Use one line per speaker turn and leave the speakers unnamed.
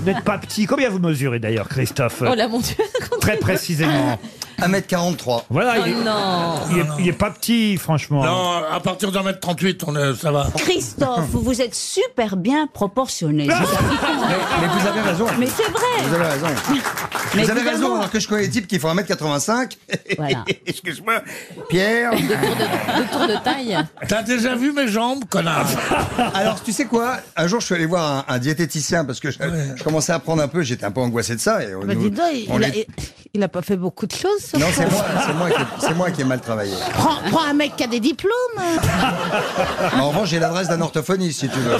Vous n'êtes pas petit. Combien vous mesurez d'ailleurs, Christophe
Oh là mon dieu
Très précisément.
1m43.
Voilà,
Oh
il, est,
non
il est- il est pas petit, franchement.
Non, à partir d'un mètre 38, on est- ça va.
Christophe, vous êtes super bien proportionné.
Ah Mais, mais vous avez raison.
Mais c'est
Vous
vrai.
avez raison.
Mais
vous avez
évidemment.
raison, alors que je connais des types qui font 1m85.
Voilà.
Excuse-moi. Pierre.
Le tour de taille
T'as déjà vu mes jambes, connard
Alors, tu sais quoi Un jour, je suis allé voir un, un diététicien parce que je, je commençais à prendre un peu. J'étais un peu angoissé de ça. Et on
Bah,
nous-
dis donc, il,
on
il a,
les-
il a pas fait beaucoup de choses. ce
Non,
con.
c'est moi, c'est moi, qui ai- c'est moi qui ai mal travaillé.
Prends, prends un mec qui a des diplômes.
En revanche, j'ai l'adresse d'un orthophoniste, si tu veux.